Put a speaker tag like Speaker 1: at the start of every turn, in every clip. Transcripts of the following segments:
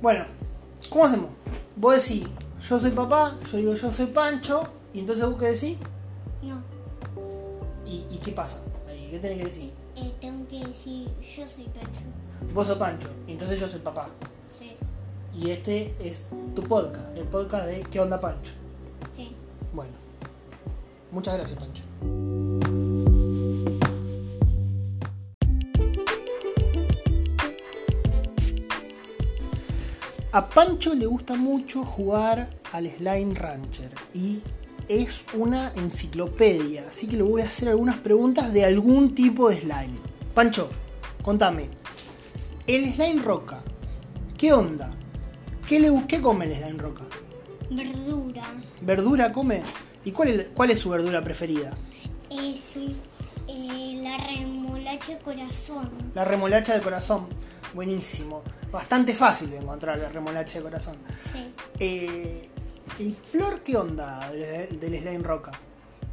Speaker 1: Bueno, ¿cómo hacemos? Vos decís, yo soy papá, yo digo, yo soy Pancho, y entonces vos qué decís,
Speaker 2: No,
Speaker 1: ¿y, y qué pasa? Ahí, ¿Qué tenés que decir?
Speaker 2: eh, tengo que decir yo soy Pancho.
Speaker 1: Vos sos Pancho, y entonces yo soy papá.
Speaker 2: Sí,
Speaker 1: Y este es tu podcast, el podcast de ¿Qué onda Pancho?
Speaker 2: sí.
Speaker 1: Bueno, muchas gracias Pancho. A Pancho le gusta mucho jugar al Slime Rancher y es una enciclopedia, así que le voy a hacer algunas preguntas de algún tipo de slime. Pancho, contame, el slime roca, ¿qué onda? ¿Qué, le, qué come el slime roca?
Speaker 2: Verdura.
Speaker 1: ¿Verdura come? ¿Y cuál es, cuál es su verdura preferida?
Speaker 2: Es un- eh, la remolacha de corazón.
Speaker 1: La remolacha de corazón. Buenísimo. Bastante fácil de encontrar la remolacha de corazón.
Speaker 2: Sí.
Speaker 1: Eh, ¿El flor qué onda del, del slime roca?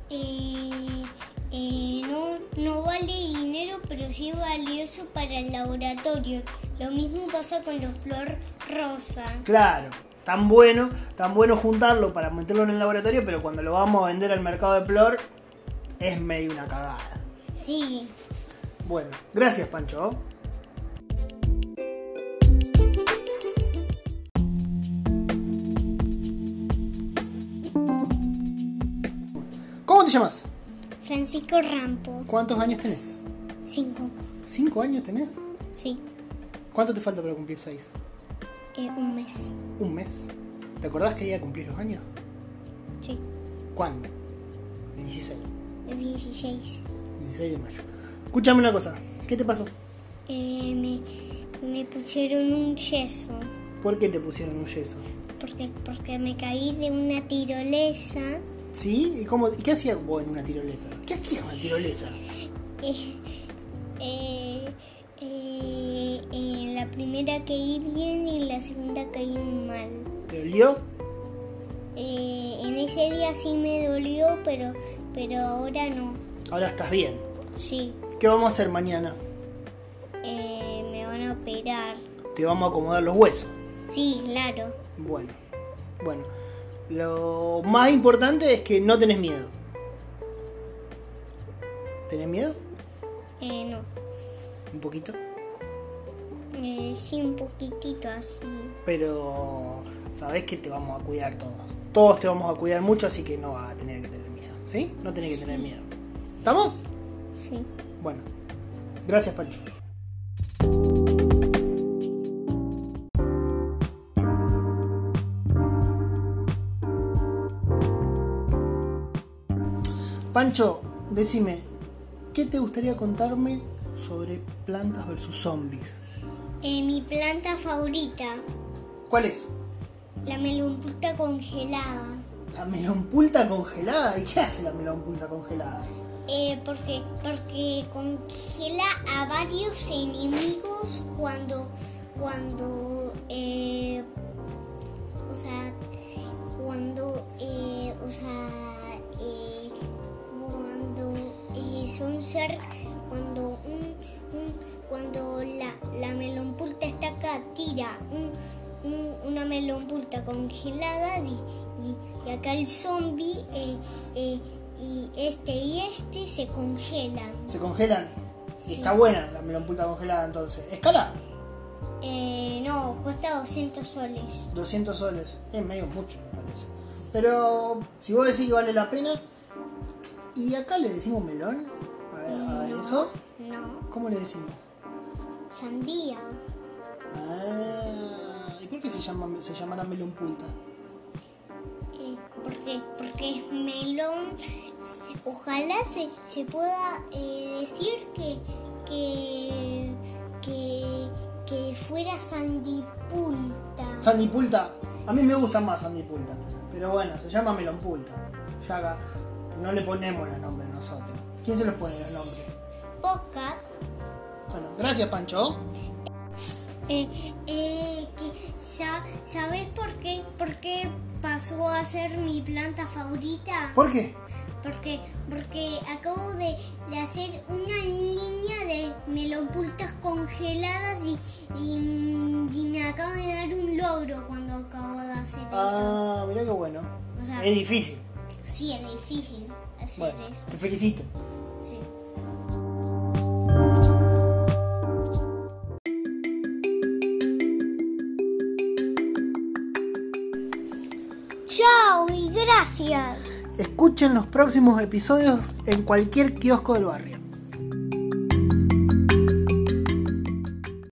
Speaker 2: Eh, eh, no, no vale dinero, pero sí es valioso para el laboratorio. Lo mismo pasa con los flor rosa.
Speaker 1: Claro, tan bueno, tan bueno juntarlo para meterlo en el laboratorio, pero cuando lo vamos a vender al mercado de flor es medio una cagada.
Speaker 2: Sí.
Speaker 1: Bueno, gracias Pancho. ¿Cómo te llamas?
Speaker 2: Francisco Rampo.
Speaker 1: ¿Cuántos años tenés?
Speaker 2: Cinco.
Speaker 1: ¿Cinco años tenés?
Speaker 2: Sí.
Speaker 1: ¿Cuánto te falta para cumplir seis?
Speaker 2: Eh, un mes.
Speaker 1: ¿Un mes? ¿Te acordás que iba a cumplir los años?
Speaker 2: Sí.
Speaker 1: ¿Cuándo? El 16.
Speaker 2: El 16.
Speaker 1: 16 de mayo. Escuchame una cosa. ¿Qué te pasó?
Speaker 2: Eh, me, me pusieron un yeso.
Speaker 1: ¿Por qué te pusieron un yeso?
Speaker 2: Porque, porque me caí de una tirolesa.
Speaker 1: ¿Sí? ¿Y cómo? y qué hacías vos en una tirolesa? ¿Qué hacías en una tirolesa?
Speaker 2: Eh, eh, eh, eh, la primera caí bien y la segunda caí mal.
Speaker 1: ¿Te dolió?
Speaker 2: Eh, en ese día sí me dolió, pero, pero ahora no.
Speaker 1: Ahora estás bien.
Speaker 2: Sí,
Speaker 1: ¿Qué vamos a hacer mañana?
Speaker 2: eh, me van a operar.
Speaker 1: Te vamos a acomodar los huesos.
Speaker 2: Sí, claro.
Speaker 1: Bueno, bueno. Lo más importante es que no tenés miedo. ¿Tenés miedo?
Speaker 2: Eh, no.
Speaker 1: Un poquito.
Speaker 2: Eh, sí, un poquitito así.
Speaker 1: Pero sabés que te vamos a cuidar todos. Todos te vamos a cuidar mucho, así que no vas a tener que tener miedo. ¿Sí? No tenés que tener miedo. ¿Estamos?
Speaker 2: Sí.
Speaker 1: Bueno. Gracias, Pancho. Pancho, decime, ¿qué te gustaría contarme sobre plantas versus zombies?
Speaker 2: Eh, mi planta favorita,
Speaker 1: ¿Cuál es?
Speaker 2: la melomputa congelada.
Speaker 1: La melonpulta congelada. ¿Y qué hace la melonpulta congelada?
Speaker 2: Eh, porque, porque congela a varios enemigos cuando, cuando, eh, o sea, cuando, eh, o sea, eh, cuando eh, son ser, cuando un, un- cuando la, la melonpulta está acá, tira un- un- una melonpulta congelada y, y- y acá el zombie eh, eh, y este y este se congelan.
Speaker 1: Se congelan. Y
Speaker 2: Sí.
Speaker 1: está buena la melonpulta congelada entonces. ¿Es cara?
Speaker 2: Eh, no, cuesta 200 soles.
Speaker 1: 200 soles. Es medio mucho, me parece. Pero si vos decís que vale la pena. ¿Y acá le decimos melón? ¿A, a
Speaker 2: No,
Speaker 1: eso?
Speaker 2: No,
Speaker 1: ¿Cómo le decimos?
Speaker 2: sandía.
Speaker 1: Ah, ¿Y por qué se, llama, se llamará melonpulta?
Speaker 2: Eh, porque, porque es melón. Ojalá se, se pueda eh, decir que, que, que, que fuera sandipulta.
Speaker 1: Sandipulta. A mí me gusta más sandipulta. Pero bueno, se llama melonpulta. Ya acá no le ponemos los nombres nosotros. ¿Quién se los pone los nombres?
Speaker 2: Poca.
Speaker 1: Bueno, gracias Pancho.
Speaker 2: Eh, eh, que sa- ¿Sabes por qué, por qué pasó a ser mi planta favorita?
Speaker 1: ¿Por qué?
Speaker 2: Porque, porque acabo de, de hacer una línea de melopultas con congeladas y, y- y me acabo de dar un logro cuando acabo de hacer eso.
Speaker 1: Ah, mirá qué bueno.
Speaker 2: O sea,
Speaker 1: Es difícil.
Speaker 2: sí, es difícil hacer
Speaker 1: Bueno,
Speaker 2: eso.
Speaker 1: te felicito.
Speaker 2: Sí. Chao y gracias.
Speaker 1: Escuchen los próximos episodios en cualquier kiosco del barrio.